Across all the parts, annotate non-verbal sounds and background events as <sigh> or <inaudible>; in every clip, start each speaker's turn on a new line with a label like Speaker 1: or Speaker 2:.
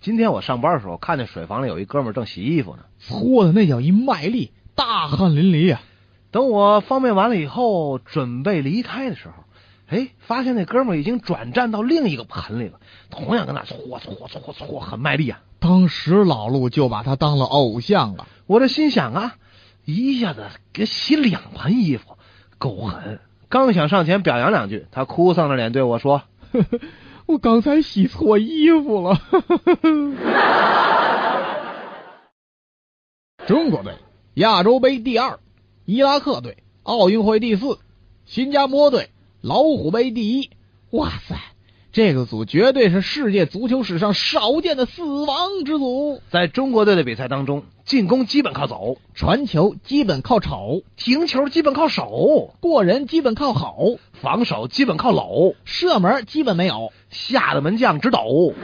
Speaker 1: 今天我上班的时候，看见水房里有一哥们儿正洗衣服呢。
Speaker 2: 搓的那叫一卖力，大汗淋漓呀、啊
Speaker 1: 等我方便完了以后，准备离开的时候，哎，发现那哥们儿已经转战到另一个盆里了，同样跟那搓搓搓搓，很卖力啊。
Speaker 2: 当时老陆就把他当了偶像了。
Speaker 1: 我这心想啊，一下子给洗两盆衣服，够狠！刚想上前表扬两句，他哭丧着脸对我说
Speaker 2: <laughs> 我刚才洗错衣服了。 <laughs> 中国队亚洲杯第二，伊拉克队奥运会第四，新加坡队老虎杯第一。哇塞，这个组绝对是世界足球史上少见的死亡之组，：“
Speaker 1: 在中国队的比赛当中，进攻基本靠走，
Speaker 2: 传球基本靠炒，
Speaker 1: 停球基本靠手，
Speaker 2: 过人基本靠吼，
Speaker 1: 防守基本靠搂，
Speaker 2: 射门基本没有。
Speaker 1: 吓得门将直抖。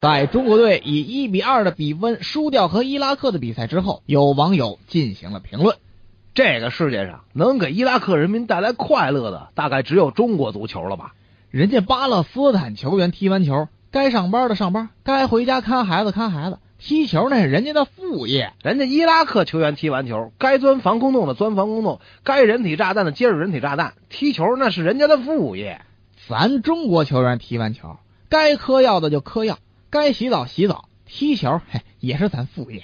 Speaker 2: 在中国队以一比二的比分输掉和伊拉克的比赛之后，有网友进行了评论。
Speaker 1: 这个世界上能给伊拉克人民带来快乐的，大概只有中国足球了吧？
Speaker 2: 人家巴勒斯坦球员踢完球，该上班的上班，该回家看孩子看孩子，踢球那是人家的副业。
Speaker 1: 人家伊拉克球员踢完球，该钻防空洞的钻防空洞，该人体炸弹的接着人体炸弹，踢球那是人家的副业。
Speaker 2: 咱中国球员踢完球，该嗑药的就嗑药，该洗澡洗澡，踢球嘿也是咱副业。